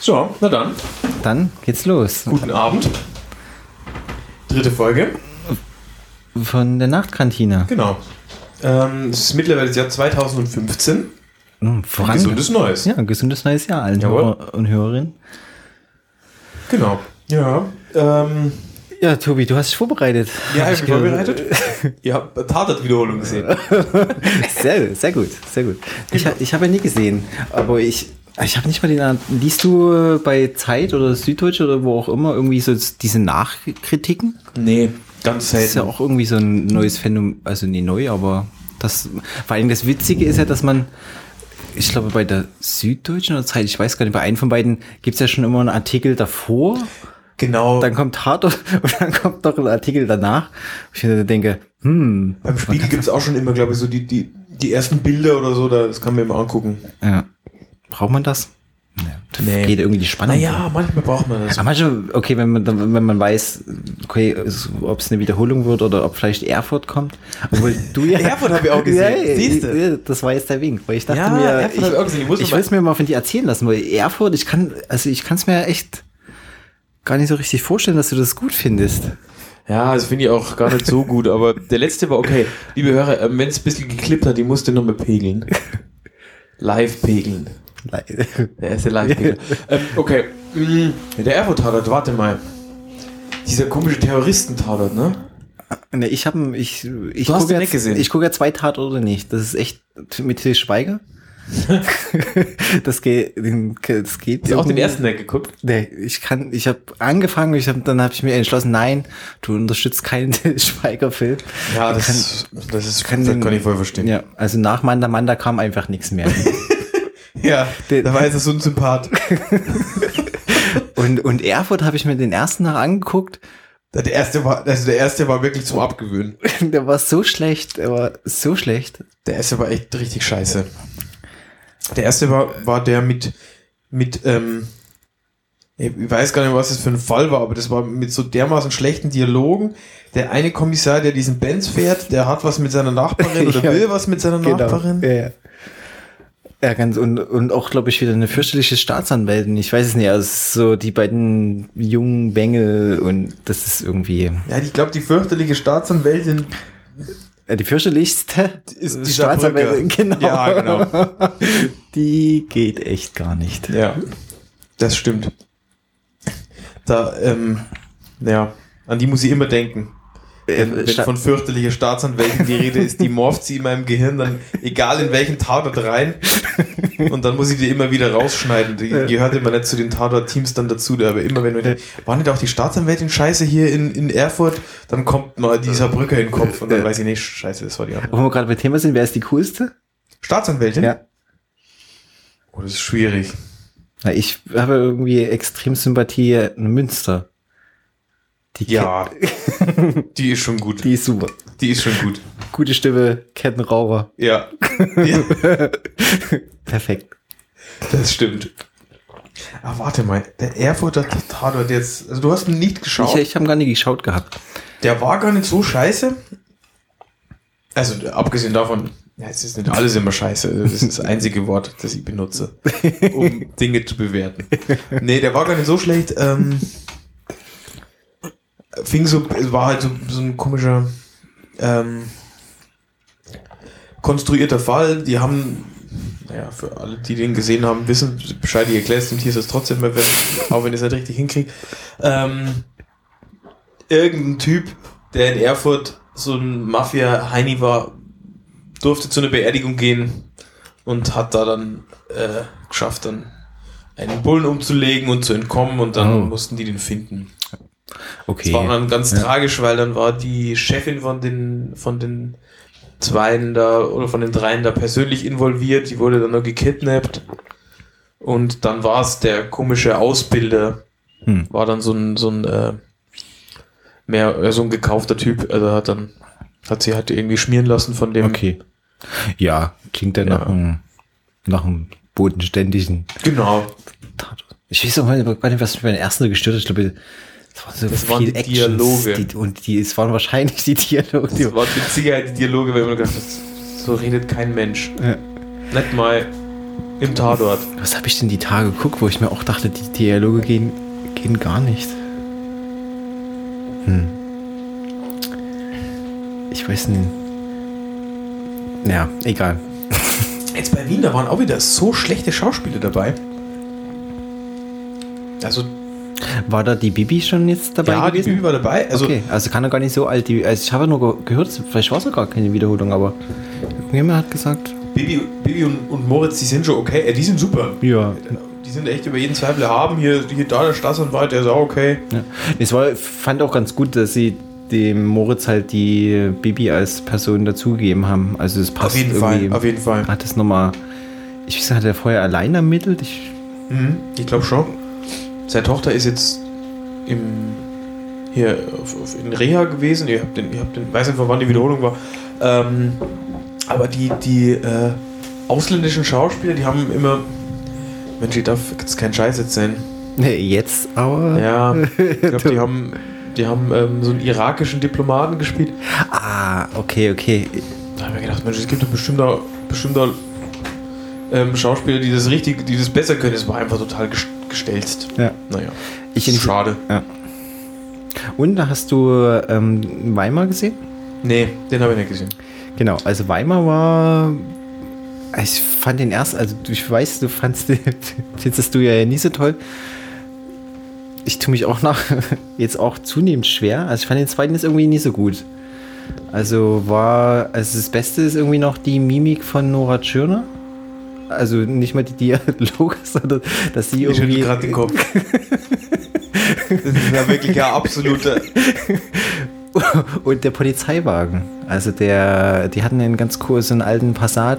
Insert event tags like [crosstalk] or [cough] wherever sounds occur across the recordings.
So, na dann, Dann geht's los. guten Abend. Dritte Folge, Von der Nachtkantine. genau. Ähm, es ist mittlerweile das Jahr 2015. Hm, Voran. Gesundes Neues. Ja, gesundes neues Jahr allen Jawohl. Hörer und Hörerinnen. Genau. Ja. Ähm, Ja, Tobi, du hast dich vorbereitet. ja, Hab ich bin gehört. vorbereitet. [laughs] Ihr habt Tatort-Wiederholung gesehen. Sehr, sehr gut, sehr gut. Ich, ha- ich habe ihn nie gesehen, aber ich, ich habe nicht mal den. Liest du äh, bei Zeit oder Süddeutsche oder wo auch immer irgendwie so diese Nachkritiken? Nee, ganz Das ist ja selten. auch irgendwie so ein neues Phänomen, also nee, neu, aber das, vor allem das Witzige ist ja, dass man, ich glaube bei der Süddeutschen oder Zeit, ich weiß gar nicht, bei einem von beiden gibt es ja schon immer einen Artikel davor, Genau. dann kommt Tatort [laughs] und dann kommt noch ein Artikel danach. Ich mir dann denke, hm, Beim Spiegel gibt es auch schon immer, glaube ich, so die, die, die ersten Bilder oder so, da- das kann man immer angucken. ja, braucht man das? Da Nee. geht irgendwie die Spannung. Naja, manchmal braucht man das. Aber manche, okay, wenn man, dann- wenn man weiß, okay, ob es eine Wiederholung wird oder ob vielleicht Erfurt kommt. Obwohl [laughs] du ja. Erfurt hab ich auch gesehen. Ja, Siehst du? ja, Das war jetzt der Wink, weil ich dachte Ja, mir, Erfurt hab ich auch gesehen. Ich ich, muss ich mal- will es mir mal von dir erzählen lassen, weil Erfurt, ich kann, also ich kann es mir echt gar nicht so richtig vorstellen, dass du das gut findest. [laughs] Ja, das finde ich auch gar nicht so gut, aber der letzte war okay. Liebe Hörer, wenn es ein bisschen geklippt hat, ich musste nochmal pegeln. Live pegeln. Der erste [laughs] Live-Pegel. ähm, okay. Mm, der Erfurt-Tatort, warte mal. Dieser komische Terroristen-Tatort, ne? Ne, ich habe ich ich Du hast gucke den ja, nicht gesehen. ich gucke ja zwei Tatorte nicht. Das ist echt mit [laughs] Til Schweiger. das geht den- das geht Hast du auch den irgendwie- ersten nicht geguckt? Nee, ich kann, ich habe angefangen, ich hab, dann habe ich mir entschlossen, nein, du unterstützt keinen [laughs] Til Schweiger-Film. Ja, das, das ist, Kann das den- kann ich voll verstehen. Ja, also nach Manda Manda kam einfach nichts mehr. Ja, da war jetzt so ein Sympath. und, und Erfurt habe ich mir den ersten nach angeguckt, Der erste war, also der erste war wirklich zum Abgewöhnen. der war so schlecht, der war so schlecht. Der erste war echt richtig scheiße. Der erste war, war der mit, mit, ähm, ich weiß gar nicht, was das für ein Fall war, aber das war mit so dermaßen schlechten Dialogen. Der eine Kommissar, der diesen Benz fährt, der hat was mit seiner [laughs] Nachbarin oder Ja. genau. will was mit seiner Nachbarin. Ja, ja. Ja, ganz, und, und auch, glaube ich, wieder eine fürchterliche Staatsanwältin. Ich weiß es nicht, also es ist so die beiden jungen Bengel und das ist irgendwie, Ja, ich glaube, die fürchterliche Staatsanwältin äh, die fürchterlichste ist die Staatsanwältin, genau. Ja, genau. [laughs] Die geht echt gar nicht. Ja, das stimmt. Da, ähm, ja, an die muss ich immer denken. Wenn, wenn Sta- von fürchterlicher Staatsanwältin die Rede ist, die morpht sie in meinem Gehirn dann, egal in welchen Tatort rein. Und dann muss ich die immer wieder rausschneiden. Die gehört immer nicht zu den Tatort-Teams dann dazu. Aber immer wenn wir, war nicht auch die Staatsanwältin scheiße hier in, in Erfurt? Dann kommt mal dieser Brücke in den Kopf und dann weiß ich nicht, scheiße, das war die andere. Wo wir gerade beim Thema sind, wer ist die coolste? Staatsanwältin? Oh, das ist schwierig. Na, ich habe irgendwie extrem Sympathie in Münster. Die Ja. Die ist schon Ke- gut. die ist super. Die ist schon gut. Gute Stimme, Kettenraucher. Ja. ja. Perfekt. Das stimmt. Ah, warte mal, der Erfurter Tatort jetzt, also du hast ihn nicht geschaut. Ich, ich habe gar nicht geschaut gehabt. der war gar nicht so scheiße. Also abgesehen davon, ja, es ist nicht alles immer scheiße. Das ist das einzige Wort, das ich benutze, um Dinge zu bewerten. Nee, der war gar nicht so schlecht. Ähm, fing so, es war halt so, so ein komischer ähm, konstruierter Fall. Die haben, naja, für alle, die den gesehen haben, wissen Bescheid, die erklärt und hier ist es trotzdem, wenn, auch wenn ich es nicht richtig hinkriege. Ähm, irgendein Typ, der in Erfurt so ein Mafia-Heini war, durfte zu einer Beerdigung gehen und hat da dann äh, geschafft, dann einen Bullen umzulegen und zu entkommen und dann Oh. mussten die den finden. Okay. Das war dann ganz tragisch, weil dann war die Chefin von den, von den Zweien da oder von den Dreien da persönlich involviert. Die wurde dann nur gekidnappt. Und dann war es der komische Ausbilder. Hm. War dann so ein, so ein, äh, mehr, äh, so ein gekaufter Typ. Also hat dann, hat sie halt irgendwie schmieren lassen von dem. Okay. Ja, klingt ja, nach Ja. einem nach einem bodenständigen Genau. Tatort. Ich weiß auch gar nicht, was mich bei den ersten so gestört hat. Ich glaube, das waren so Das waren viele die Dialoge. Die, und die, es waren wahrscheinlich die Dialoge. Das waren mit Sicherheit die Dialoge, weil man gedacht hat, so redet kein Mensch. Ja. Nicht mal Im Tatort. Was habe ich denn die Tage geguckt, wo ich mir auch dachte, die Dialoge gehen, gehen gar nicht. Hm. Ich weiß nicht. Ja, egal. Jetzt bei Wien, da waren auch wieder so schlechte Schauspieler dabei. Also, War da die Bibi schon jetzt dabei ja, die gewesen? Bibi war dabei. Also, okay, also kann er gar nicht so alt. Die, also ich habe ja nur ge- gehört, vielleicht war es ja gar keine Wiederholung, aber irgendjemand hat gesagt. Bibi, Bibi und, und Moritz, die sind schon okay. Äh, die sind super. Ja. Die sind echt über jeden Zweifel erhaben. Hier, hier da der Staatsanwalt, der ist auch okay. ja. Es war, fand auch ganz gut, dass sie dem Moritz halt die Bibi als Person dazugegeben haben. Also es passt Auf jeden irgendwie. Fall, auf jeden Fall. Hat das nochmal. Ich weiß nicht, hat er vorher allein ermittelt? Ich, Mhm, ich glaube schon. Seine Tochter ist jetzt im, hier auf, auf, in Reha gewesen. Ihr habt den, ihr habt den, weiß nicht, von wann die Wiederholung war. Ähm, aber die, die äh, ausländischen Schauspieler, die haben immer. Mensch, ich darf jetzt keinen Scheiß erzählen. nee, jetzt aber. Ja, ich glaube, [laughs] die haben, die haben ähm, so einen irakischen Diplomaten gespielt. Ah, okay, okay. Da habe ich mir gedacht, Mensch, es gibt doch bestimmt da, bestimmt da ähm, Schauspieler, die das richtig, die das besser können. Es war einfach total ges- gestelzt. Ja. Naja. Ich Schade. Ja. Und da hast du ähm, Weimar gesehen? Nee, den habe ich nicht gesehen. Genau, also Weimar war. Ich fand den erst, also ich weiß, du fandst den, [laughs] findest du ja nie so toll. Ich tue mich auch nach [laughs] jetzt auch zunehmend schwer. Also ich fand den zweiten jetzt irgendwie nie so gut. Also war, also das Beste ist irgendwie noch die Mimik von Nora Tschirner. Also nicht mal die Dialoge, [laughs] sondern dass sie Ich irgendwie. schüttel gerade den Kopf. [laughs] das ist ja wirklich ja absoluter. [laughs] Und der Polizeiwagen. Also der, die hatten einen ganz cool, so einen alten Passat.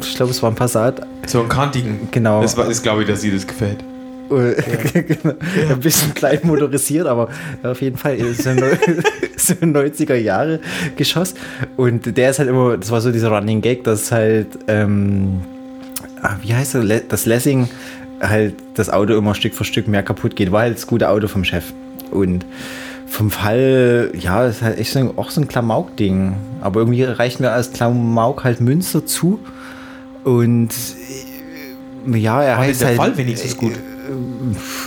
Ich glaube, es war ein Passat. So einen kantigen. Genau. Das, war- das glaube ich, dass ihr das gefällt. [laughs] genau. Ein bisschen klein motorisiert, aber auf jeden Fall ist so ein neu- [laughs] so ein 90er Jahre Geschoss. Und der ist halt immer, das war so dieser Running Gag, dass halt, ähm, ah, wie heißt er, Le- das Lessing halt das Auto immer Stück für Stück mehr kaputt geht. War halt das gute Auto vom Chef. Und vom Fall, ja, ist halt echt so ein, auch so ein Klamauk-Ding. Aber irgendwie reicht mir als Klamauk halt Münster zu. Und äh, ja, er heißt der halt. Fall wenigstens gut?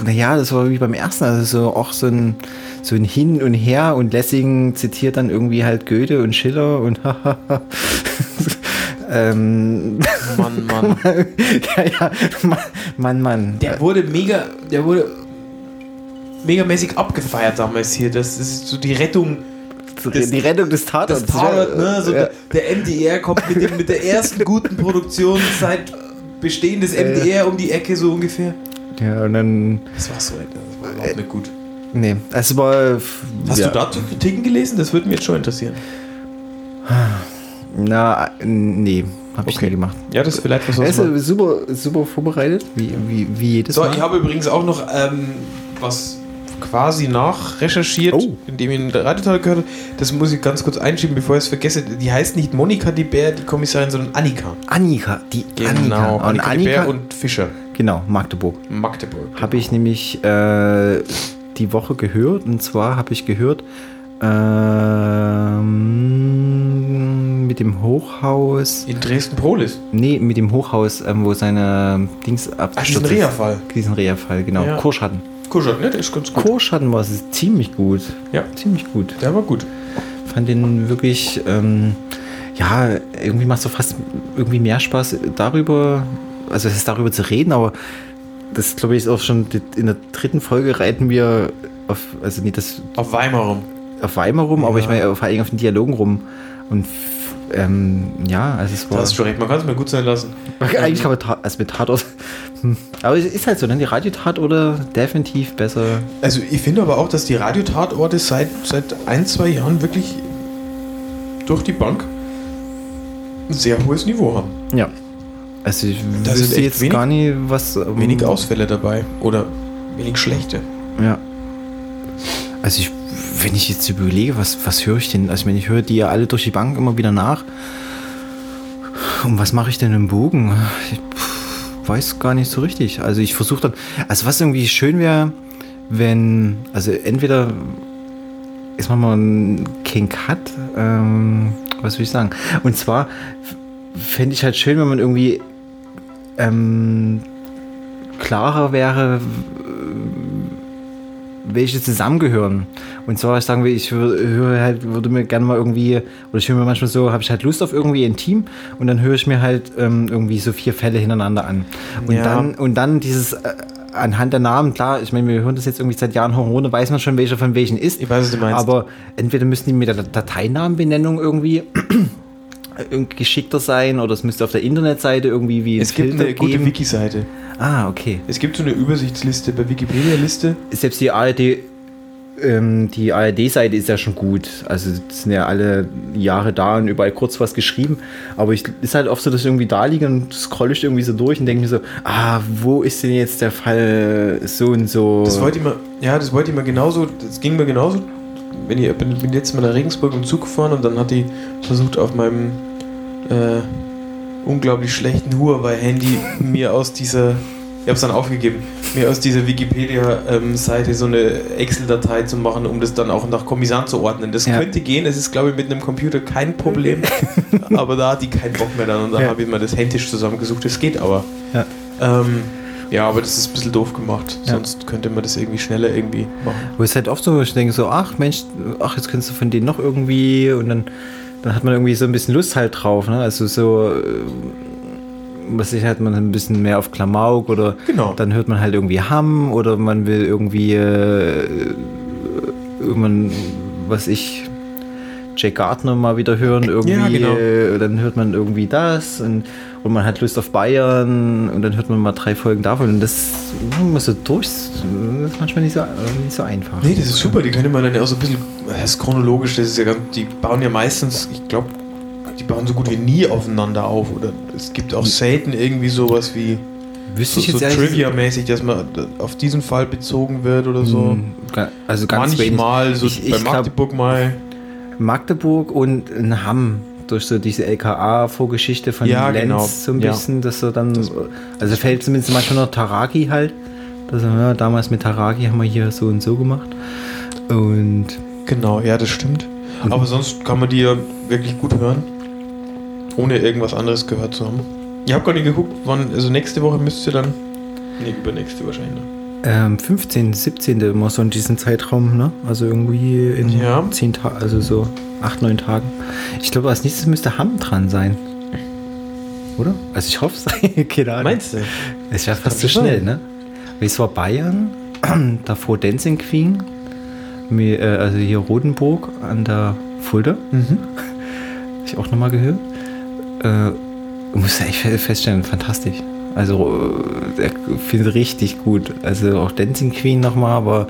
Naja, das war wie beim ersten, also so auch so ein, so ein Hin und Her und Lessing zitiert dann irgendwie halt Goethe und Schiller und [laughs] ähm, Mann, Mann. ja, ja, Mann, Mann, Mann. Der wurde mega. Der wurde megamäßig abgefeiert damals hier. Das ist so die Rettung. das- die Rettung des Tatorts. Das Tatort, ne? So ja. der, der MDR kommt mit, dem, mit der ersten guten Produktion seit Bestehen des Ja, ja. MDR um die Ecke, so ungefähr. ja, und dann, Das war so, das war überhaupt nicht gut. nee, es war, Hast ja. du dazu Kritiken gelesen? Das würde mich jetzt schon interessieren. Na, nee, hab ich Okay. nie gemacht. Ja, das ist vielleicht was, Er was ist man- äh, super, super vorbereitet, wie, wie, wie jedes So, Mal. ich habe übrigens auch noch ähm, was quasi nachrecherchiert, Oh. indem ich einen Radiotal gehört habe. Das muss ich ganz kurz einschieben, bevor ich es vergesse. Die heißt nicht Monika die Bär, die Kommissarin, sondern Annika. Genau, Annika, die Annika. Annika, Und die Annika, Bär und Fischer. genau, Magdeburg. Magdeburg. Habe ich nämlich äh, die Woche gehört und zwar habe ich gehört ähm, mit dem Hochhaus, In Dresden-Prolis. nee, mit dem Hochhaus, ähm, wo seine Ach, das Dings ist ein abgestürzt ist. Reha-Fall. Diesen Reha-Fall, genau. Ja. Kurschatten. Kuschert, ne? Der ist ganz gut. Kurschatten war es ziemlich gut. Ja. Ziemlich gut. Der war gut. Fand den wirklich, ähm, ja, irgendwie macht so fast irgendwie mehr Spaß darüber, also es ist darüber zu reden, aber das glaube ich ist auch schon die, in der dritten Folge reiten wir auf, also nicht das Auf Weimar rum. auf Weimar rum, aber ich meine vor allem auf den Dialogen rum und f- ähm, ja, also es Da war hast du schon recht, man kann es mir gut sein lassen. [laughs] eigentlich kann man Ta- also mit Tatort, Hm. aber es ist halt so, ne, die Radiotat oder definitiv besser. Also ich finde aber auch, dass die Radiotatorte seit, seit ein, zwei Jahren wirklich durch die Bank ein sehr hohes Niveau haben. Ja. Also ich Da sind wüsste echt jetzt wenig- gar nicht, was ähm, Wenig Ausfälle dabei oder wenig schlechte. Ja. Also ich, wenn ich jetzt überlege, was, was höre ich denn? Also wenn ich höre die ja alle durch die Bank immer wieder nach. Und was mache ich denn im Bogen? Ich pff, weiß gar nicht so richtig. Also ich versuche dann, also was irgendwie schön wäre, wenn, also entweder jetzt machen wir einen King Cut, ähm, was will ich sagen? Und zwar fände ich halt schön, wenn man irgendwie ähm, klarer wäre, welche zusammengehören. Und zwar, ich sagen will, ich hö- höre halt, würde mir gerne mal irgendwie, oder ich höre mir manchmal so, habe ich halt Lust auf irgendwie ein Team und dann höre ich mir halt ähm, irgendwie so vier Fälle hintereinander an. Und Ja. dann, und dann dieses äh, anhand der Namen, klar, ich meine, wir hören das jetzt irgendwie seit Jahren Hormone, weiß man schon, welcher von welchen ist. Ich weiß, was du meinst. Aber entweder müssen die mit der Dateinamenbenennung irgendwie [clears throat] irgendwie geschickter sein oder es müsste auf der Internetseite irgendwie wie ein Es gibt Filter eine gute geben. Wiki-Seite. ah, okay. Es gibt so eine Übersichtsliste bei Wikipedia-Liste. selbst die ARD, ähm, die ARD-Seite ist ja schon gut. Also es sind ja alle Jahre da und überall kurz was geschrieben. Aber ich ist halt oft so, dass ich irgendwie da liege und scroll ich irgendwie so durch und denke mir so, ah, wo ist denn jetzt der Fall so und so? Das wollte ich mal, ja, das wollte ich mal genauso, das ging mir genauso. Bin, ich bin, bin letztes Mal nach Regensburg im Zug gefahren und dann hat die versucht, auf meinem äh, unglaublich schlechten Huawei-Handy [laughs] mir aus dieser, ich habe es dann aufgegeben, mir aus dieser Wikipedia-Seite so eine Excel-Datei zu machen, um das dann auch nach Kommissar zu ordnen. Das Ja. könnte gehen, es ist, glaube ich, mit einem Computer kein [laughs] Problem, aber da hat die keinen Bock mehr dann und dann Ja. habe ich mir das händisch zusammengesucht. Das geht aber. Ja. Ähm, ja, aber das ist ein bisschen doof gemacht. Ja. Sonst könnte man das irgendwie schneller irgendwie machen. Wo es halt oft so, ich denke so, ach Mensch, ach, jetzt kennst du von denen noch irgendwie und dann, dann hat man irgendwie so ein bisschen Lust halt drauf, ne? Also so, äh, was ich halt man ein bisschen mehr auf Klamauk oder Genau. dann hört man halt irgendwie Hamm oder man will irgendwie äh, irgendwann, was ich, Jack Gardner mal wieder hören irgendwie, Ja, genau. äh, dann hört man irgendwie das und, und man hat Lust auf Bayern und dann hört man mal drei Folgen davon und das muss so durch, das ist manchmal nicht so, äh, nicht so einfach. Nee, das ist super. Die könnte man dann ja auch so ein bisschen. Das ist chronologisch. Das ist ja ganz. Die bauen ja meistens, ich glaube, die bauen so gut wie nie aufeinander auf. Oder es gibt auch selten irgendwie sowas wie. Wüsste So, ich jetzt so ehrlich- Trivia-mäßig, dass man auf diesen Fall bezogen wird oder so. Hm, ga- Also ganz wenig. Manchmal, so Ich- ich bei glaub- Magdeburg mal. Magdeburg und in Hamm durch so diese LKA-Vorgeschichte von Ja, Lenz genau. so ein Ja. bisschen, dass so dann, also fällt zumindest manchmal noch Taraki halt. Dass, er, ja, damals mit Taraki haben wir hier so und so gemacht. Und Genau, ja, das stimmt. Mhm. Aber sonst kann man die ja wirklich gut hören, ohne irgendwas anderes gehört zu haben. Ich habe gar nicht geguckt, wann, also nächste Woche müsste dann. Nee, übernächste wahrscheinlich. ne? ähm, 15, 17. immer so in diesem Zeitraum, ne? Also irgendwie in Ja. 10 Tagen, also so 8, 9 Tagen. Ich glaube, als nächstes müsste Hamm dran sein. Oder? Also ich hoffe [laughs] es. Keine Ahnung. du? Es war fast zu kann schnell, sein. ne? Es war Bayern, [clears throat] davor Dancing Queen, mi- äh, also hier Rodenburg an der Fulda, Mhm. [laughs] hab ich auch nochmal gehört. Äh, muss ja echt fe- feststellen, fantastisch. Also, äh, der finde richtig gut. Also auch Dancing Queen nochmal, aber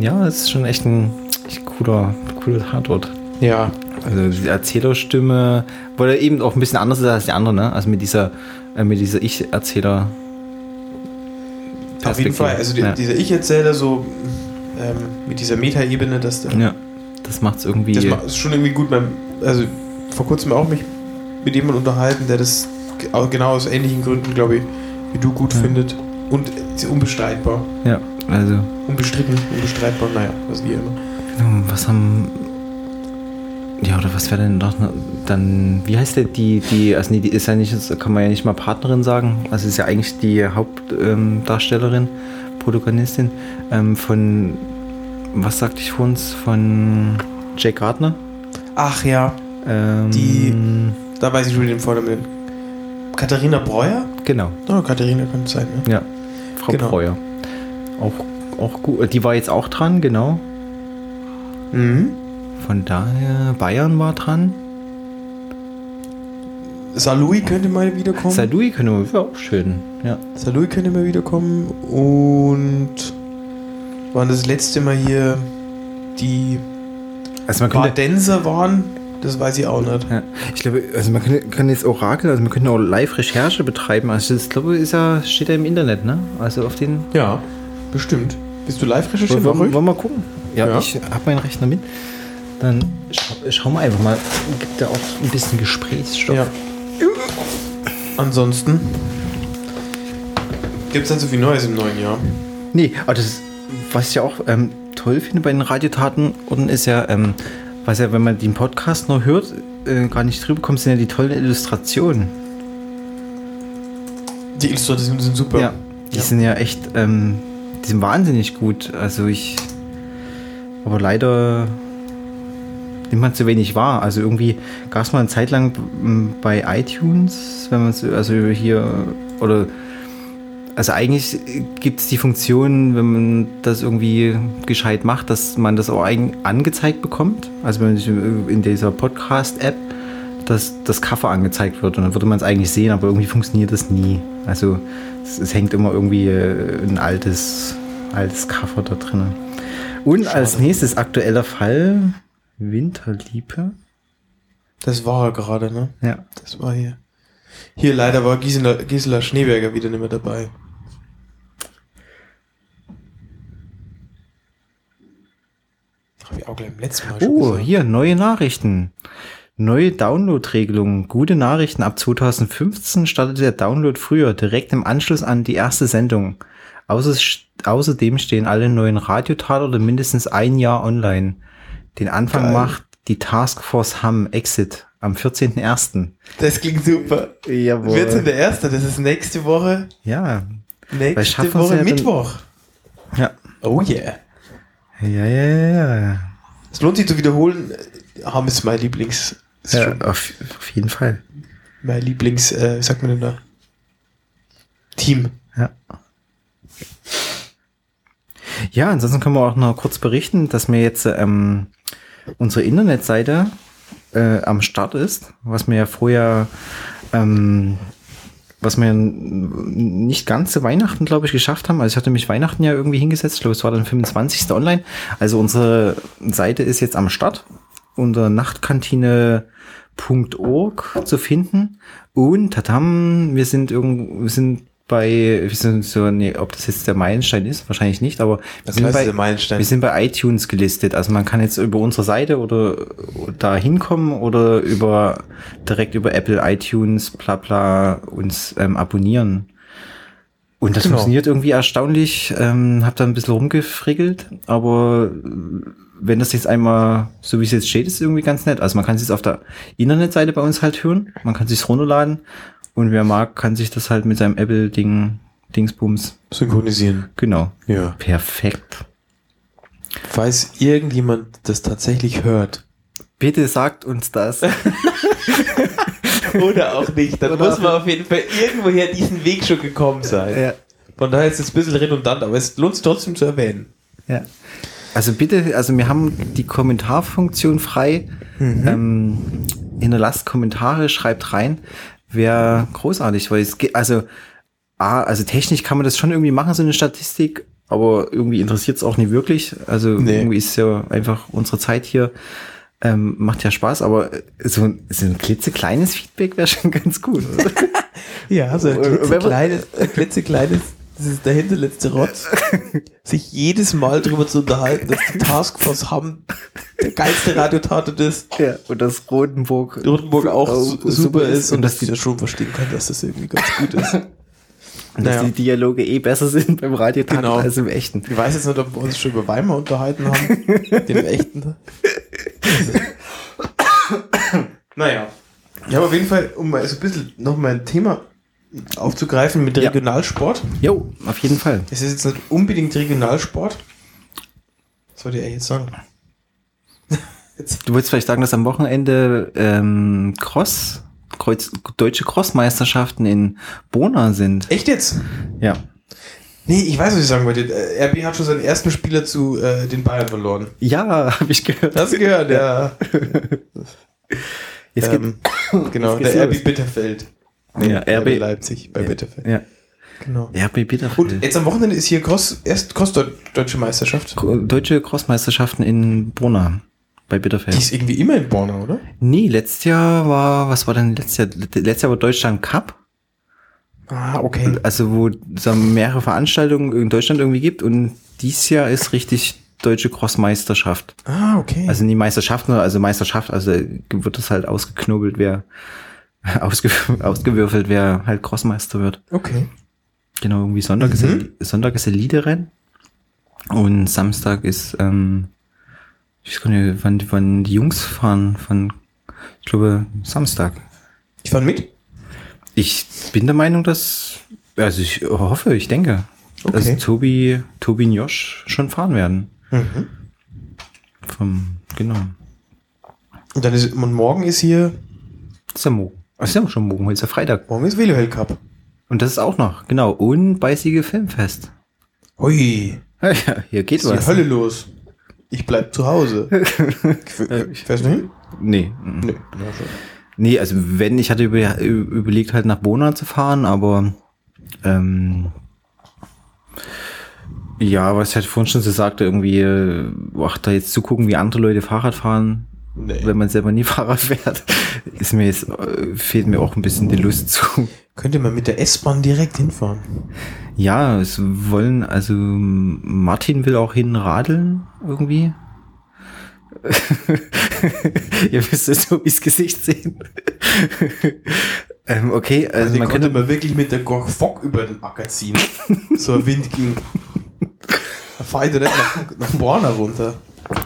ja, es ist schon echt ein echt cooler, cooler Tatort. Ja, Also die Erzählerstimme, weil er eben auch ein bisschen anders ist als die anderen, ne? Also mit dieser, äh, mit dieser Ich-Erzähler. auf jeden Fall. Also die, ja. dieser Ich-Erzähler so ähm, mit dieser Meta-Ebene, dass der, ja, das macht's irgendwie. das ma- ist schon irgendwie gut. Beim, also vor kurzem auch mich mit jemandem unterhalten, der das ge- auch genau aus ähnlichen Gründen, glaube ich, wie du gut Ja. findet. Und äh, ist unbestreitbar. ja, also Unbestritten, unbestreitbar, naja, was wie immer. hm, was haben ja oder was wäre denn doch noch- ne? dann wie heißt der die die also nee, die ist ja nicht das kann man ja nicht mal Partnerin sagen also ist ja eigentlich die Hauptdarstellerin ähm, Darstellerin, Protagonistin ähm, von was sagte ich vorhin von Jake Gardner Ach ja, Ähm, Die- da weiß ich schon den Vornamen. Katharina Breuer? Genau, Oh, Katharina könnte es sein, ne? ja. Frau Genau. Breuer. Auch, auch gut. Die war jetzt auch dran, genau. Mhm. Von daher, Bayern war dran. Salui könnte mal wiederkommen. Sadui könnte man, wäre auch schön. Ja. Salui könnte mal wiederkommen. Und waren das letzte Mal hier die Also man könnte, Badenser waren? Das weiß ich auch nicht. ja, ich glaube, also man könnte, kann jetzt Orakel, also man könnte auch Live-Recherche betreiben. Also das glaube ist ja, steht ja im Internet, ne? Also auf den. Ja, bestimmt. Bist du live recherchiert? Wollen, wollen wir mal gucken? Ja, Ja. ich habe meinen Rechner mit. Dann scha schauen wir einfach mal. Gibt ja auch ein bisschen Gesprächsstoff. Ja. Ansonsten gibt es nicht so viel Neues im neuen Jahr. Nee, aber das, was ich ja auch ähm, toll finde bei den Radiotaten unten ist ja, ähm, was ja, wenn man den Podcast noch hört, äh, gar nicht drüber kommt, sind ja die tollen Illustrationen. Die Illustrationen sind super. Ja, die Ja. sind ja echt, ähm, die sind wahnsinnig gut. Also ich, aber leider nimmt man zu wenig wahr. Also irgendwie gab es mal eine Zeit lang m, bei iTunes, wenn man so, also hier, oder, also eigentlich gibt es die Funktion, wenn man das irgendwie gescheit macht, dass man das auch eigen- angezeigt bekommt. Also wenn man sich in dieser Podcast-App dass das Cover angezeigt wird und dann würde man es eigentlich sehen, aber irgendwie funktioniert das nie. Also es, es hängt immer irgendwie äh, ein altes, altes Cover da drin. Und als nächstes aktueller Fall Winterliebe. Das war er gerade, ne? Ja. Das war hier. Hier leider war Gisela, Gisela Schneeberger wieder nicht mehr dabei. Hab ich auch gleich im letzten Mal schon Oh, gesagt. hier neue Nachrichten. Neue Download-Regelung. Gute Nachrichten. Ab 2015 startet der Download früher, direkt im Anschluss an die erste Sendung. Außer, außerdem stehen alle neuen Radiotatorte mindestens ein Jahr online. Den Anfang Geil. macht die Taskforce Hamm Exit am 14.01. Das klingt super. Jawohl. 14. der Erste, das ist nächste Woche. Ja. Weil Nächste schaffen wir's Woche ja dann- Mittwoch. Ja. Oh yeah. Ja, ja, ja. Es lohnt sich zu wiederholen. Haben ist mein Lieblings. Ist ja schon auf, auf jeden Fall. mein Lieblings, äh, wie sagt man denn da? Team. Ja. Ja, ansonsten können wir auch noch kurz berichten, dass mir jetzt ähm, unsere Internetseite äh, am Start ist, was mir ja vorher, ähm, was wir n- nicht ganz zu Weihnachten, glaube ich, geschafft haben. Also ich hatte mich Weihnachten ja irgendwie hingesetzt, ich glaube, es war dann 25. online. Also unsere Seite ist jetzt am Start unter nachtkantine.org zu finden. Und tatam, wir sind irgendwo, wir sind bei, wir sind so, nee, ob das jetzt der Meilenstein ist, wahrscheinlich nicht, aber wir sind bei, Meilenstein. wir sind bei iTunes gelistet. Also man kann jetzt über unsere Seite oder da hinkommen oder über direkt über Apple, iTunes, bla bla uns ähm, abonnieren. Und das Genau. funktioniert irgendwie erstaunlich. Ähm, hab da ein bisschen rumgefrickelt, aber äh, wenn das jetzt einmal, so wie es jetzt steht, ist irgendwie ganz nett. Also man kann es jetzt auf der Internetseite bei uns halt hören, man kann es sich runterladen und wer mag, kann sich das halt mit seinem Apple-Ding, Dingsbums, Synchronisieren. genau. Ja. Perfekt. Falls irgendjemand das tatsächlich hört. Bitte sagt uns das. Oder auch nicht. Dann Oder muss auch man auf jeden Fall irgendwoher diesen Weg schon gekommen sein. ja, Von daher ist es ein bisschen redundant, aber es lohnt sich trotzdem zu erwähnen. ja. Also bitte, also wir haben die Kommentarfunktion frei. Mhm. Ähm, hinterlasst Kommentare, schreibt rein. Wäre großartig, weil es geht, also, ah, also technisch kann man das schon irgendwie machen, so eine Statistik, aber irgendwie interessiert es auch nicht wirklich. Also Nee. irgendwie ist ja einfach unsere Zeit hier. Ähm, macht ja Spaß, aber äh, so ein, so ein klitzekleines Feedback wäre schon [laughs] ganz gut. Ja, also so ein Wenn man- klitzekleines, ein klitzekleines, das ist der hinterletzte Rotz, sich jedes Mal darüber zu unterhalten, dass die Taskforce haben, der geilste Radiotatort ist, ja, und das Rotenburg. Rotenburg auch äh, su- super ist und dass dass die das schon verstehen können, dass das irgendwie ganz gut ist. Und dass Naja. die Dialoge eh besser [laughs] sind beim Radiotat Genau. als im echten. Ich weiß jetzt nicht, ob wir uns schon über Weimar unterhalten [laughs] haben, den echten. naja. Ich habe auf jeden Fall, um mal so ein bisschen nochmal ein Thema aufzugreifen mit Ja. Regionalsport. Jo, auf jeden Fall. Es ist jetzt nicht unbedingt Regionalsport. Was wollte er jetzt sagen? [laughs] Jetzt. Du wolltest vielleicht sagen, dass am Wochenende ähm, Cross, Kreuz, deutsche Crossmeisterschaften in Bona sind. Echt jetzt? Ja. Nee, ich weiß, was ich sagen wollte. Äh, RB hat schon seinen ersten Spieler zu äh, den Bayern verloren. Ja, [laughs] habe ich gehört. Hast du gehört, ja. Jetzt Ähm, genau, jetzt geht's der los. RB Bitterfeld. Ja, RB. Leipzig bei Bitterfeld. Ja. Genau. Ja, bei Und Bitterfeld. jetzt am Wochenende ist hier Cross, erst Cross-Deutsche Meisterschaft. Ko- Deutsche Crossmeisterschaften in Bona. Bei Die Bitterfeld. ist irgendwie immer in Bornau, oder? Nee, letztes Jahr war, was war denn letztes Jahr? Let- Letztes Jahr war Deutschland Cup. Ah, okay. Also wo es mehrere Veranstaltungen in Deutschland irgendwie gibt und dieses Jahr ist richtig deutsche Crossmeisterschaft. Ah, okay. Also nie Meisterschaften, also Meisterschaft, also wird das halt ausgeknobelt, wer [laughs] ausge, ausgewürfelt, wer halt Crossmeister wird. okay. Genau, irgendwie Sonntag, ist, Mhm. ja- Sonntag ist ja Liederrennen und Samstag ist, ähm, ich weiß gar nicht, wann, wann die Jungs fahren, von, ich glaube, Samstag. Ich fahre mit. Ich bin der Meinung, dass Also ich hoffe, ich denke, dass Okay. Tobi, Tobi und Josh schon fahren werden. Vom, genau. Und dann ist und morgen ist hier, Ist ja morgen. Ach, Ist ja schon morgen, heute ist ja Freitag. morgen ist Velohell Cup. Und das ist auch noch, genau. Und Beißige Filmfest. [laughs] Hui, Ja, ja, hier geht ist die was. Hölle los. Ich bleib zu [laughs] Hause. äh, Fährst du hin? Nee. Nee. Nee, also wenn, ich hatte über, überlegt, halt nach Bona zu fahren, aber ähm, ja, was ich halt vorhin schon so sagte, irgendwie, äh, ach, da jetzt zugucken, wie andere Leute Fahrrad fahren, Nee. wenn man selber nie [laughs] Fahrrad fährt, ist mir jetzt, äh, fehlt mir auch ein bisschen die Lust zu. Könnte man mit der S-Bahn direkt hinfahren. Ja, es wollen, also Martin will auch hin radeln irgendwie. [laughs] Ihr müsst es so ins Gesicht sehen. [laughs] ähm, okay, also Also man man könnte könnte man wirklich mit der Gorg Fock über den Acker [laughs] ziehen. so ein Wind ging. Da fahr ich doch nicht nach, nach Borna runter.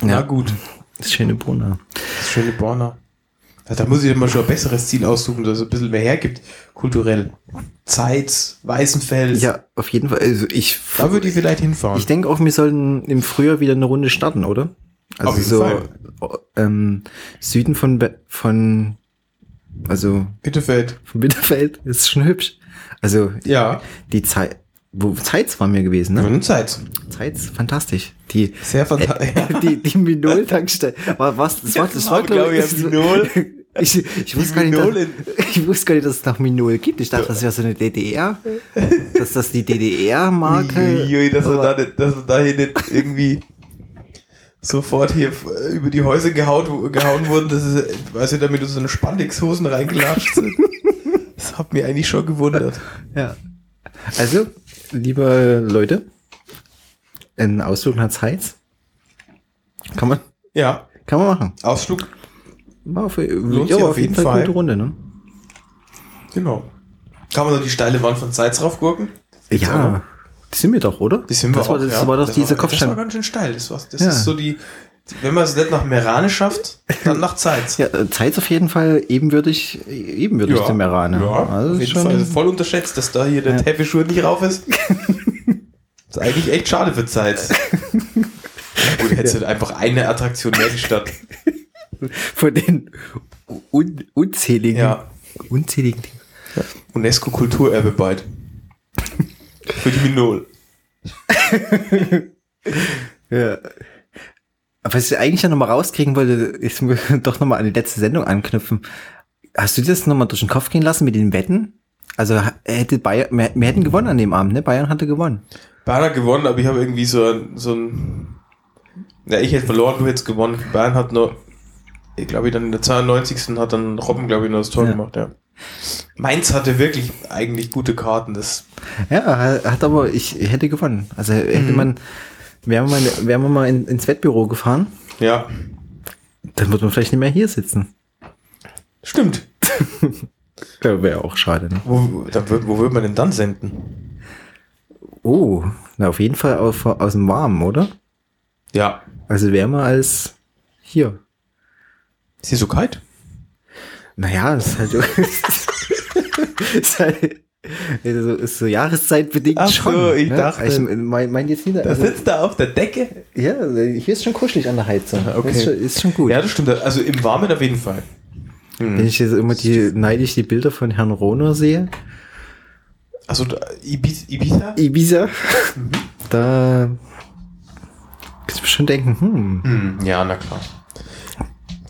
Na Ja. gut. das schöne Brunner. Das schöne Borna. Ja, da muss ich immer schon ein besseres Ziel aussuchen, das es ein bisschen mehr hergibt. Kulturell. Zeitz, Weißenfels. Ja, auf jeden Fall. Also ich, Da würde ich vielleicht hinfahren. ich denke auch, wir sollten im Frühjahr wieder eine Runde starten, oder? Also Auf jeden so Fall. oh, ähm, Süden von Be von also Bittefeld. von Bitterfeld ist schon hübsch. Also Ja. die Zeit, wo Zeitz waren wir gewesen, ne? Und Zeitz. Zeitz, fantastisch. Die, [laughs] Sehr fantastisch. [laughs] die, die Minol-Tankstelle. War, was, das war, das war, aber, glaub glaube ich, ich, genau, ja, Minol. [laughs] Ich, ich, wusste gar nicht, Minol dass, [laughs] ich wusste gar nicht, dass es nach Minol gibt. Ich dachte, das wäre so [laughs] eine DDR. dass das die DDR-Marke. Uiuiui, dass wir, da nicht, dass wir da hier nicht irgendwie sofort hier äh, über die Häuser gehauen, gehauen wurden, dass es, weißt du, da mit unseren Spandex-Hosen reingelatscht sind. Das hat mich eigentlich schon gewundert. Ja. Also, liebe Leute, ein Ausflug nach Zeitz. Kann man, Ja, kann man machen. Ausflug, War auf, ja, sich auf jeden Fall eine gute Runde, ne? genau. Kann man so die steile Wand von Zeitz raufgurken? Gibt's auch noch? Ja. Die sind wir doch, oder? Das sind wir das auch, war, das ja. war doch diese Das war Kopfstein. ganz schön steil. Das, war, das Ja. ist so die, wenn man es nicht nach Merane schafft, dann nach Zeitz. Ja, äh, Zeitz auf jeden Fall ebenwürdig, äh, ebenwürdig zum Merane. Ja, also auf jeden schon, Fall. Also voll unterschätzt, dass da hier der ja. Teppichschuh nicht rauf [laughs] ist. ist eigentlich echt schade für Zeit. Gut, hättest du einfach eine Attraktion mehr die Stadt. von den un, unzähligen, Ja. unzähligen Dingen. UNESCO Kulturerbe bald. Für die Minol. Ja. Aber was ich eigentlich ja nochmal rauskriegen wollte, ist mir [laughs] doch nochmal an die letzte Sendung anknüpfen. Hast du dir das nochmal durch den Kopf gehen lassen mit den Wetten? Also ha- hätte Bayern, wir, wir hätten gewonnen an dem Abend, ne? Bayern hatte gewonnen. Bayern hat gewonnen, aber ich habe irgendwie so ein, so ein. Ja, ich hätte verloren, du hättest gewonnen. Bayern hat nur. Ich glaube, ich dann in der 92. hat dann Robben, glaube ich, noch das Tor Ja. gemacht, ja. Mainz hatte wirklich eigentlich gute Karten. Das Ja, ha- hat aber, ich hätte gewonnen. Also Mhm. hätte man, wären wir mal, wären wir mal in, ins Wettbüro gefahren, Ja, dann würde man vielleicht nicht mehr hier sitzen. stimmt. Ja, wäre auch schade. Ne? Wo, da, wür- wo würde man denn dann senden? Oh, na auf jeden Fall auf, aus dem Warmen, oder? Ja. Also wärmer als hier. Ist hier so kalt? Naja, ist halt, [laughs] ist halt also ist so jahreszeitbedingt Ach so, schon. ne? Also ich dachte- Ich mein, mein jetzt wieder. Also, sitzt da auf der Decke? ja, also hier ist schon kuschelig an der Heizung. Ah, okay. Ist schon, ist schon gut. Ja, das stimmt. Also im Warmen auf jeden Fall. Wenn ich jetzt immer die neidisch die Bilder von Herrn Rohner sehe, Also da, Ibiza, Ibiza? Ibiza, Mhm. da kannst du schon denken, hm, Hm, ja, na klar.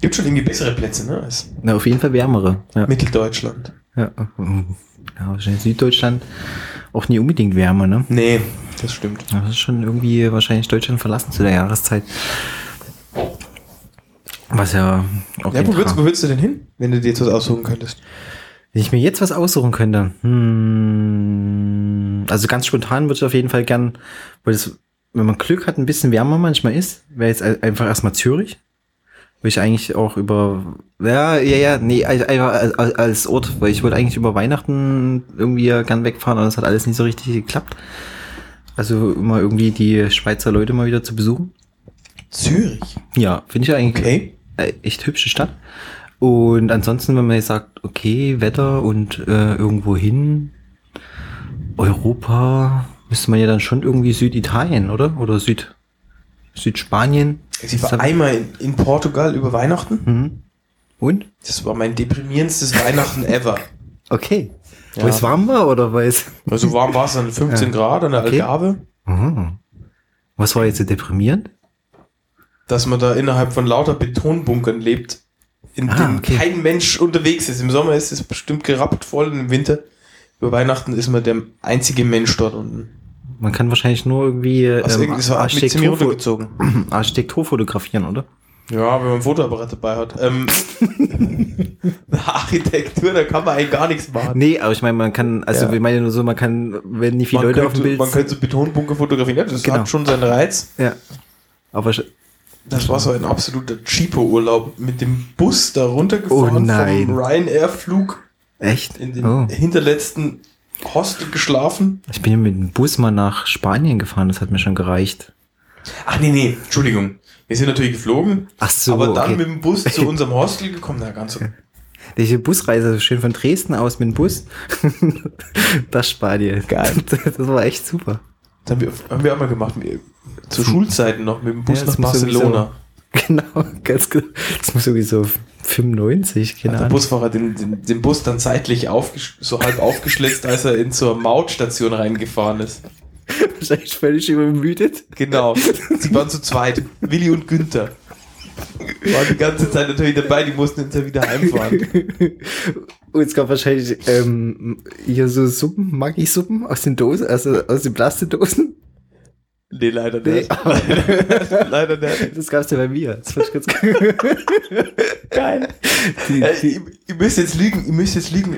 Gibt schon irgendwie bessere Plätze, ne? Als na auf jeden Fall wärmere. Ja. Mitteldeutschland. Ja, ähm, ja wahrscheinlich Süddeutschland auch nie unbedingt wärmer, ne? Nee, das stimmt. Ja, Das ist schon irgendwie wahrscheinlich Deutschland verlassen zu der Jahreszeit. Was ja auch Ja, den wo würdest, wo Traum- würdest du denn hin, wenn du dir jetzt was aussuchen könntest? Wenn ich mir jetzt was aussuchen könnte, hm, also ganz spontan würde ich auf jeden Fall gern, weil es, wenn man Glück hat, ein bisschen wärmer manchmal ist, wäre jetzt ein- einfach erstmal Zürich. Weil ich eigentlich auch über, ja, ja, ja, nee, also einfach als, als- als Ort, weil ich wollte eigentlich über Weihnachten irgendwie ja gern wegfahren, aber das hat alles nicht so richtig geklappt. Also mal irgendwie die Schweizer Leute mal wieder zu besuchen. Zürich. Ja, finde ich eigentlich Okay. äh, echt hübsche Stadt. Und ansonsten, wenn man jetzt sagt, okay, Wetter und äh, irgendwo hin, Europa müsste man ja dann schon irgendwie Süditalien, oder? Oder Süd, Südspanien. Ich war einmal in, in Portugal über Weihnachten. Mhm. Und? Das war mein deprimierendstes Weihnachten ever. Okay. Ja. Weil es warm war oder weil es. Also warm war es [laughs] dann 15 Grad an der Okay. Algarve, Mhm. Was war jetzt so deprimierend? dass man da innerhalb von lauter Betonbunkern lebt, in Ah, denen okay. kein Mensch unterwegs ist. Im Sommer ist es bestimmt gerappt voll und im Winter über Weihnachten ist man der einzige Mensch dort unten. Man kann wahrscheinlich nur irgendwie äh, Also ähm, irgendwie so hat mich ziemlich Architektur, runtergezogen. [clears throat] Architektur fotografieren, oder? Ja, wenn man ein Fotoapparat dabei hat. [laughs] Ähm, [laughs] Architektur, da kann man eigentlich gar nichts machen. Nee, aber ich meine, man kann, also Ja. ich meine nur so, man kann, wenn nicht viele man, Leute könnte, auf dem Bild man könnte so Betonbunker fotografieren. Ja, das Genau. hat schon seinen Reiz. Ja. Aber sch- Das war so ein absoluter Cheapo-Urlaub mit dem Bus da runtergefahren Oh nein. vom Ryanair-Flug echt? in den Oh. hinterletzten Hostel geschlafen. Ich bin mit dem Bus mal nach Spanien gefahren, das hat mir schon gereicht. Ach nee, nee, Entschuldigung. Wir sind natürlich geflogen, Ach so, aber dann okay. mit dem Bus [laughs] zu unserem Hostel gekommen. Na, ganz so. Diese Busreise, so schön von Dresden aus mit dem Bus. [laughs] das Spanien. Geil. [laughs] Das war echt super. Das haben wir, haben wir einmal gemacht. wir- Zu Schulzeiten noch mit dem Bus nach Hm. Ja, das muss sowieso. Barcelona. Genau, ganz genau. Das muss irgendwie so 95, Hat genau. der Busfahrer den, den, den Bus dann zeitlich aufgesch so halb aufgeschlitzt, als er in zur Mautstation reingefahren ist. [laughs] Wahrscheinlich völlig übermüdet. Genau. Sie waren zu zweit. Willi und Günther. Waren die ganze Zeit natürlich dabei, die mussten hinterher wieder heimfahren. Und es gab wahrscheinlich ähm, hier so Suppen, Maggi-Suppen aus den Dosen, also aus den Plastikdosen. Nee, leider Nee. nicht. Leider, [laughs] leider nicht. Das gab's ja bei mir. Das fand ich ganz [laughs] Geil. die, Äh, ihr, ihr müsst jetzt lügen, ihr müsst jetzt lügen.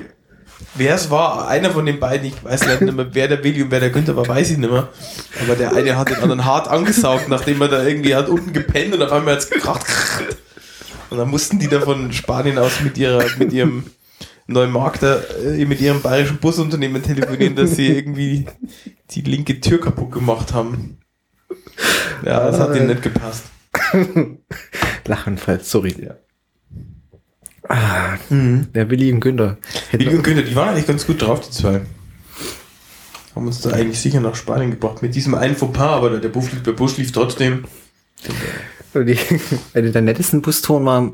Wer es war, einer von den beiden, ich weiß leider nicht mehr, wer der Willi und wer der Günther war, weiß ich nicht mehr. Aber der eine hat den anderen hart angesaugt, nachdem er da irgendwie hat unten gepennt und auf einmal hat's gekracht. Und dann mussten die da von Spanien aus mit ihrer, mit ihrem Neumarkter, äh, mit ihrem bayerischen Busunternehmen telefonieren, dass sie irgendwie die linke Tür kaputt gemacht haben. Ja, das hat ihnen nicht gepasst. Lachenfall, sorry. Ja. Ah, Der Willi und Günther. Hätten- Willi und Günther, die waren eigentlich ganz gut drauf, die zwei. Haben uns da eigentlich sicher nach Spanien gebracht. Mit diesem einen Fauxpas, aber der- der Busch lief, der Busch lief trotzdem. Und die, [laughs] eine der nettesten Bustouren war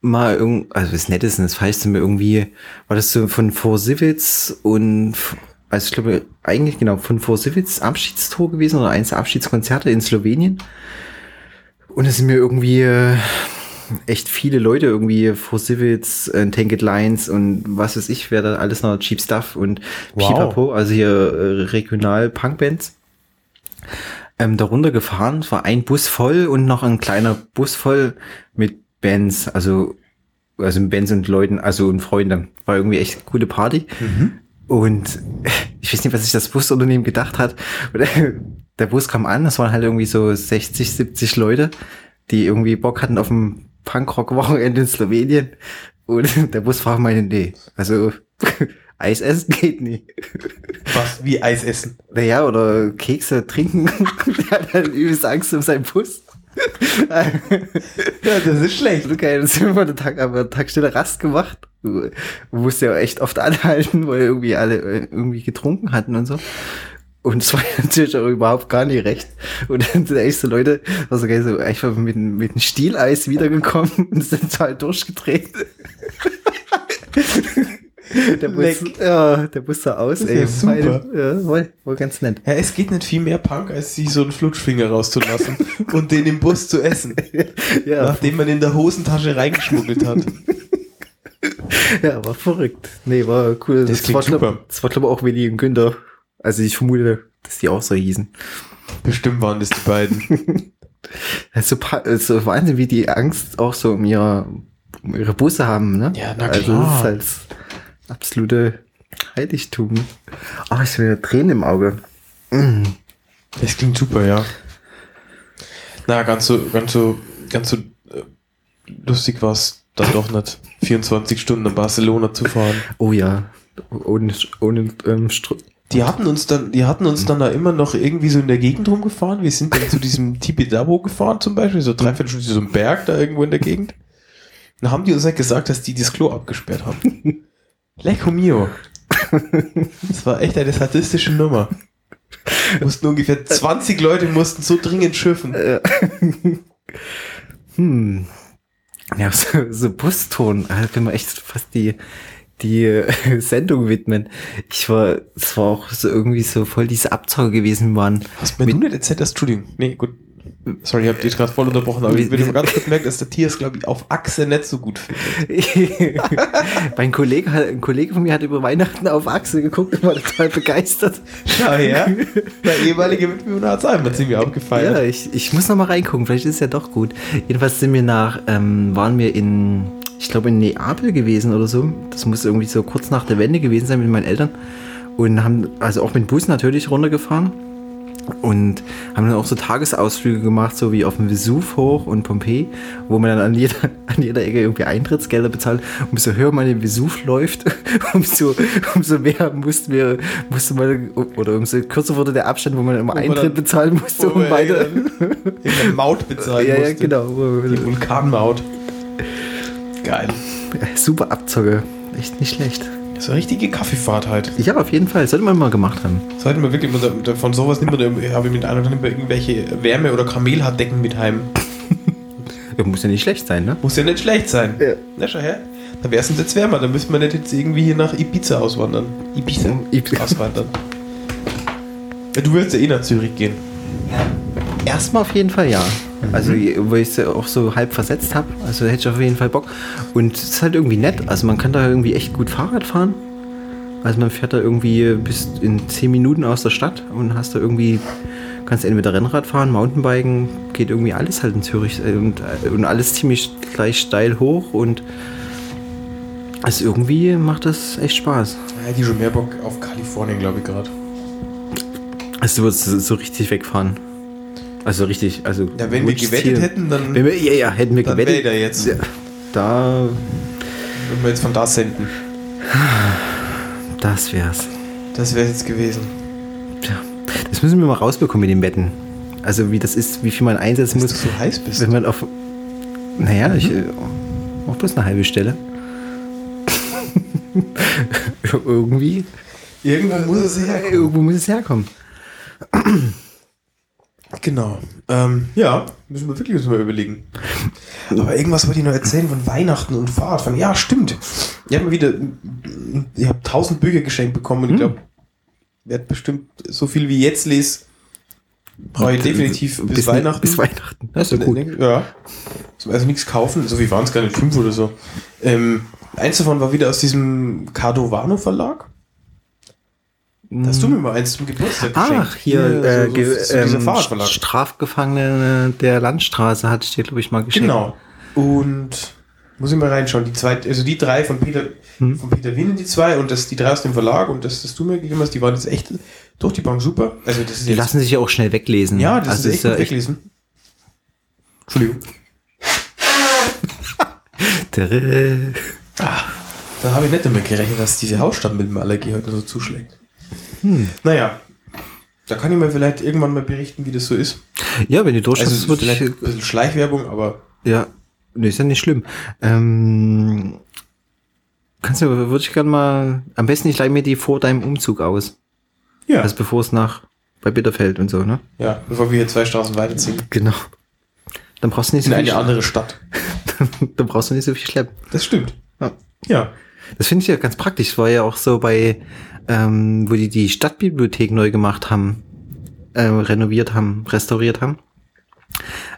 mal irgend, also das nettesten, das heißt mir irgendwie, war das so von Four Civils und, f- also ich glaube, eigentlich genau, von Four Civils Abschiedstour gewesen oder eins der Abschiedskonzerte in Slowenien. Und es sind mir irgendwie äh, echt viele Leute irgendwie Four Civils, äh, Tanked Lines und was weiß ich, wer da alles noch Cheap Stuff und Wow. Pipapo, also hier äh, regional Punkbands ähm, darunter gefahren. Es war ein Bus voll und noch ein kleiner Bus voll mit Bands, also, also mit Bands und Leuten, also und Freunden. War irgendwie echt gute Party. Und [laughs] ich weiß nicht, was sich das Busunternehmen gedacht hat. [laughs] Und, äh, der Bus kam an, es waren halt irgendwie so 60, 70 Leute, die irgendwie Bock hatten auf ein Punkrock-Wochenende in Slowenien. Und [laughs] der Busfahrer meinte, nee, also [laughs] Eis essen geht nie. Was wie Eis essen. Naja, oder Kekse trinken. [laughs] Der hat halt übelst Angst um seinen Bus. Ja, das ist schlecht. Glück gehabt, dass wir mal einen Tag, aber einen Tag schneller Rast gemacht. Du musst ja echt oft anhalten, weil irgendwie alle äh, irgendwie getrunken hatten und so. Und es war [laughs] natürlich auch überhaupt gar nicht recht. Und dann sind echt so Leute, also geil, so einfach mit, einem- mit einem Stieleis wiedergekommen [laughs] und sind so halt durchgedreht. [laughs] Der Bus, Leck. ja, der Bus sah aus, Das ist ey. ja super. Meine- Ja, war, war ganz nett. Ja, es geht nicht viel mehr Punk, als sich so einen Flutschfinger [laughs] rauszulassen und den im Bus zu essen, Ja, nachdem man in der Hosentasche reingeschmuggelt hat. [laughs] Ja, war verrückt. Nee, war cool. Das klingt war, glaub- super. Das war, glaube ich, auch Willi und Günther. Also ich vermute, dass die auch so hießen. Bestimmt waren das die beiden. Also, pa- also Wahnsinn, wie die Angst auch so um ihre, um ihre Busse haben, ne? Ja, na Also klar. das ist halt das absolute Heiligtum. Ach, ich will Tränen im Auge. Das klingt super, ja. Na, ganz so, ganz so, ganz so äh, lustig war es dann doch nicht, 24 Stunden nach Barcelona zu fahren. Oh ja, ohne, ohne ähm, Str Die hatten uns dann, die hatten uns dann da immer noch irgendwie so in der Gegend rumgefahren. Wir sind dann zu diesem Tibidabo gefahren zum Beispiel, so dreiviertel Stunden zu so einem Berg da irgendwo in der Gegend. halt Dann haben die uns nicht gesagt, dass die das Klo abgesperrt haben. Lecco mio. Das war echt eine sadistische Nummer. Mussten ungefähr 20 Leute mussten so dringend schiffen. Hm. Ja, [laughs] so, so Buston. Ah, Da können wir echt fast die, die [laughs] äh, Sendung widmen. Ich war, es war auch so irgendwie so voll diese Abzocke gewesen waren. Was mir du nicht erzählt hast, Entschuldigung. Nee, gut. Sorry, ich hab dich gerade voll unterbrochen, aber ich Wie- bin immer ganz gut merkt, dass der Tier es, glaube ich, auf Achse nicht so gut findet. mein Kollege, hat- ein Kollege von mir hat über Weihnachten auf Achse geguckt und war total begeistert. Ja, [laughs] ja. Der ehemalige Mitbewohner hat es einmal ziemlich Ja, abgefeiert. ich, ich muss noch mal reingucken, vielleicht ist es ja doch gut. Jedenfalls sind wir nach, ähm, waren wir in, ich glaube in Neapel gewesen oder so. Das muss irgendwie so kurz nach der Wende gewesen sein mit meinen Eltern. Und haben, also auch mit dem Bus natürlich runtergefahren. Und haben dann auch so Tagesausflüge gemacht, so wie auf dem Vesuv hoch und Pompeji, wo man dann an jeder, [laughs] an jeder Ecke irgendwie Eintrittsgelder bezahlt. Umso höher man den Vesuv läuft, [laughs] umso, umso mehr mussten wir, musste man, oder umso kürzer wurde der Abstand, wo man immer man Eintritt dann- bezahlen musste, Wo um wir weiter. dann irgendeine Maut bezahlen Ja, ja, mussten. genau. Die Vulkanmaut. Geil. Super Abzocke. Echt nicht schlecht. Das ist eine richtige Kaffeefahrt halt. Ja, auf jeden Fall. Sollte man mal gemacht haben. Sollten wir wirklich, man- da- von sowas nimmt man, da- habe ich mit einer nimmt man irgendwelche Wärme- oder Kamelhaardecken mit heim. Ja, muss ja nicht schlecht sein, ne? Muss ja nicht schlecht sein. Ja. Na, schau her. Dann wär's uns jetzt wärmer, dann müssen wir nicht jetzt irgendwie hier nach Ibiza auswandern. Ibiza. Ibiza. Auswandern. Ja, du willst ja eh nach Zürich gehen. Erstmal auf jeden Fall ja. Also, weil ich es ja auch so halb versetzt habe. Also hätte ich auf jeden Fall Bock. Und es ist halt irgendwie nett. Also man kann da irgendwie echt gut Fahrrad fahren. Also man fährt da irgendwie bis in 10 Minuten aus der Stadt und hast da irgendwie, kannst entweder Rennrad fahren, Mountainbiken, geht irgendwie alles halt in Zürich äh, und, äh, und alles ziemlich gleich steil hoch und also irgendwie macht das echt Spaß. Ja, die schon mehr Bock auf Kalifornien, glaube ich, gerade. Also du würdest so- so richtig wegfahren. Also richtig, also. Ja, wenn wir gutes gewettet Ziel. hätten, dann Wenn wir, ja, ja, hätten wir Dann gewettet. wäre der jetzt. Ja, Da, würden wir jetzt von da senden. das wär's. Das wäre jetzt gewesen. Tja, das müssen wir mal rausbekommen mit den Wetten. Also wie das ist, wie viel man einsetzen Dass du muss. so heiß bist. Wenn man auf. Naja, Mhm. ich. äh, Auch bloß eine halbe Stelle. [laughs] Irgendwie. Irgendwo muss es her. Irgendwo muss es herkommen. Genau. Ähm, ja, müssen wir wirklich uns mal überlegen. Aber irgendwas wollte ich noch erzählen von Weihnachten und Fahrradfahren. Ja, stimmt. Ich habe mir wieder, ich habe tausend Bücher geschenkt bekommen und ich glaube, werde bestimmt so viel wie jetzt lese, brauche ich definitiv äh, bis, Weihnachten. äh, Bis Weihnachten. Das ist ja gut. Ne, Ja. Also nichts kaufen, so wie waren es gar nicht, fünf oder so. Ähm, eins davon war wieder aus diesem Cardovano Verlag. Da hast du mir mal eins zum Geburtstag geschenkt. Ach, hier, Ja, äh, so, ge- so, so dieser ähm, Fahrradverlag. Strafgefangene äh, der Landstraße hatte ich dir, glaube ich, mal geschenkt. Genau. Und muss ich mal reinschauen. Die zwei, also die drei von Peter, Hm. von Peter Wien, die zwei und das, die drei aus dem Verlag und das, das du mir gegeben hast, die waren jetzt echt durch die Bank super. Also das ist Die jetzt, lassen sich ja auch schnell weglesen. ja, das also ist echt gut ja echt weglesen. Entschuldigung. Tada. Da habe ich nicht damit gerechnet, dass diese Hausstammilbenallergie heute so zuschlägt. Hm. Naja, da kann ich mir vielleicht irgendwann mal berichten, wie das so ist. Ja, wenn du durch Also hast, es ist würde vielleicht ich. ein bisschen Schleichwerbung, aber äh, Ja, nee, ist ja nicht schlimm. Ähm, kannst du, würde ich gerne mal. Am besten, ich leih mir die vor deinem Umzug aus. ja, Also bevor es nach bei Bitterfeld und so, ne? ja bevor wir hier zwei Straßen weiterziehen. Genau. Dann brauchst du nicht In so eine viel. andere Stadt. [laughs] Dann brauchst du nicht so viel schleppen. Das stimmt. Ja. Ja. Das finde ich ja ganz praktisch. Das war ja auch so bei, ähm, wo die die Stadtbibliothek neu gemacht haben, äh, renoviert haben, restauriert haben.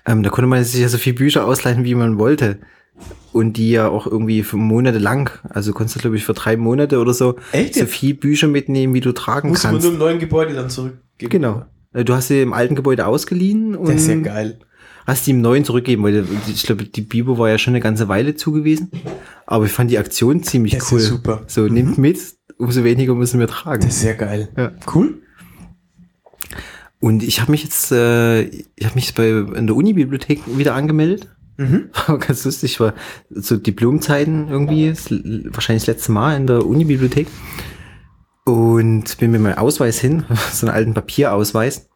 Ähm, da konnte man sich ja so viele Bücher ausleihen, wie man wollte. Und die ja auch irgendwie für Monate lang, also konntest du, glaube ich, für drei Monate oder so, Echt so jetzt? viel Bücher mitnehmen, wie du tragen Muss man kannst. nur im neuen Gebäude dann zurückgeben. Genau. Äh, Du hast sie im alten Gebäude ausgeliehen und Das ist ja geil. hast die im neuen zurückgegeben, weil die- ich glaube, die Bibo war ja schon eine ganze Weile zugewiesen. Aber ich fand die Aktion ziemlich Das ist cool. super. Mhm. So, nehmt mit, umso weniger müssen wir tragen. Das ist ja geil. Ja. Cool. Und ich habe mich jetzt, äh, ich habe mich jetzt bei in der Uni-Bibliothek wieder angemeldet. Mhm. War [laughs] ganz lustig, war so Diplomzeiten irgendwie, das, l- wahrscheinlich das letzte Mal in der Uni-Bibliothek. Und bin mit meinem [laughs] Ausweis hin, so einen alten Papierausweis.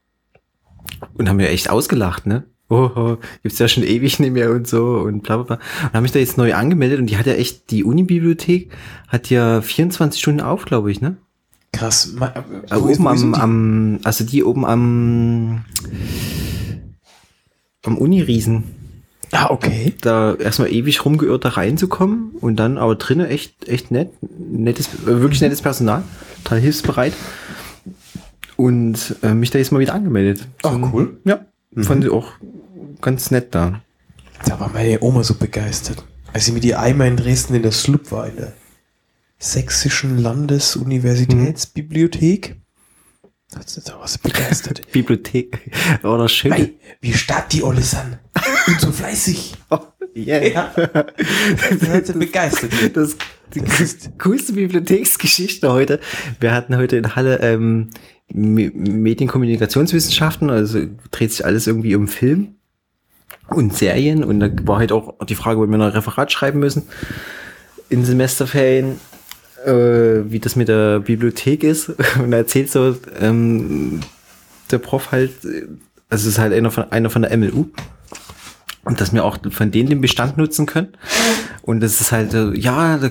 Und haben mir echt ausgelacht, ne? oh, oh, gibt's ja schon ewig nicht mehr und so und bla bla bla. Und habe mich da jetzt neu angemeldet und die hat ja echt, die Uni-Bibliothek hat ja 24 Stunden auf, glaube ich, ne? Krass. Ma- Äh, wo ist- oben wo am, sind die? am, also die oben am, am Uni-Riesen. ah, okay. Da erstmal ewig rumgeirrt, da reinzukommen und dann aber drinnen echt, echt nett, nettes, äh, wirklich nettes Personal, total hilfsbereit. Und äh, mich da jetzt mal wieder angemeldet. Ah, cool. Mhm. Ja, fand ich auch ganz nett da. Da war meine Oma so begeistert. Als sie mit ihr einmal in Dresden in der Slup war, in der Sächsischen Landesuniversitätsbibliothek, hat sie da was begeistert. [laughs] [laughs] Bibliothek Oh, oder schön. Mei, wie stark die Olle sind. Und so fleißig. Oh, yeah. [laughs] Ja. Das hat sie begeistert. [laughs] Das, die Das ist- coolste Bibliotheksgeschichte heute. Wir hatten heute in Halle ähm, Me- Medienkommunikationswissenschaften, also dreht sich alles irgendwie um Film und Serien. Und da war halt auch die Frage, ob wir noch ein Referat schreiben müssen in Semesterferien, äh, wie das mit der Bibliothek ist. [laughs] Und da erzählt so ähm, der Prof halt, äh, also es ist halt einer von, einer von der MLU. Und dass wir auch von denen den Bestand nutzen können. Und das ist halt, äh, ja, da-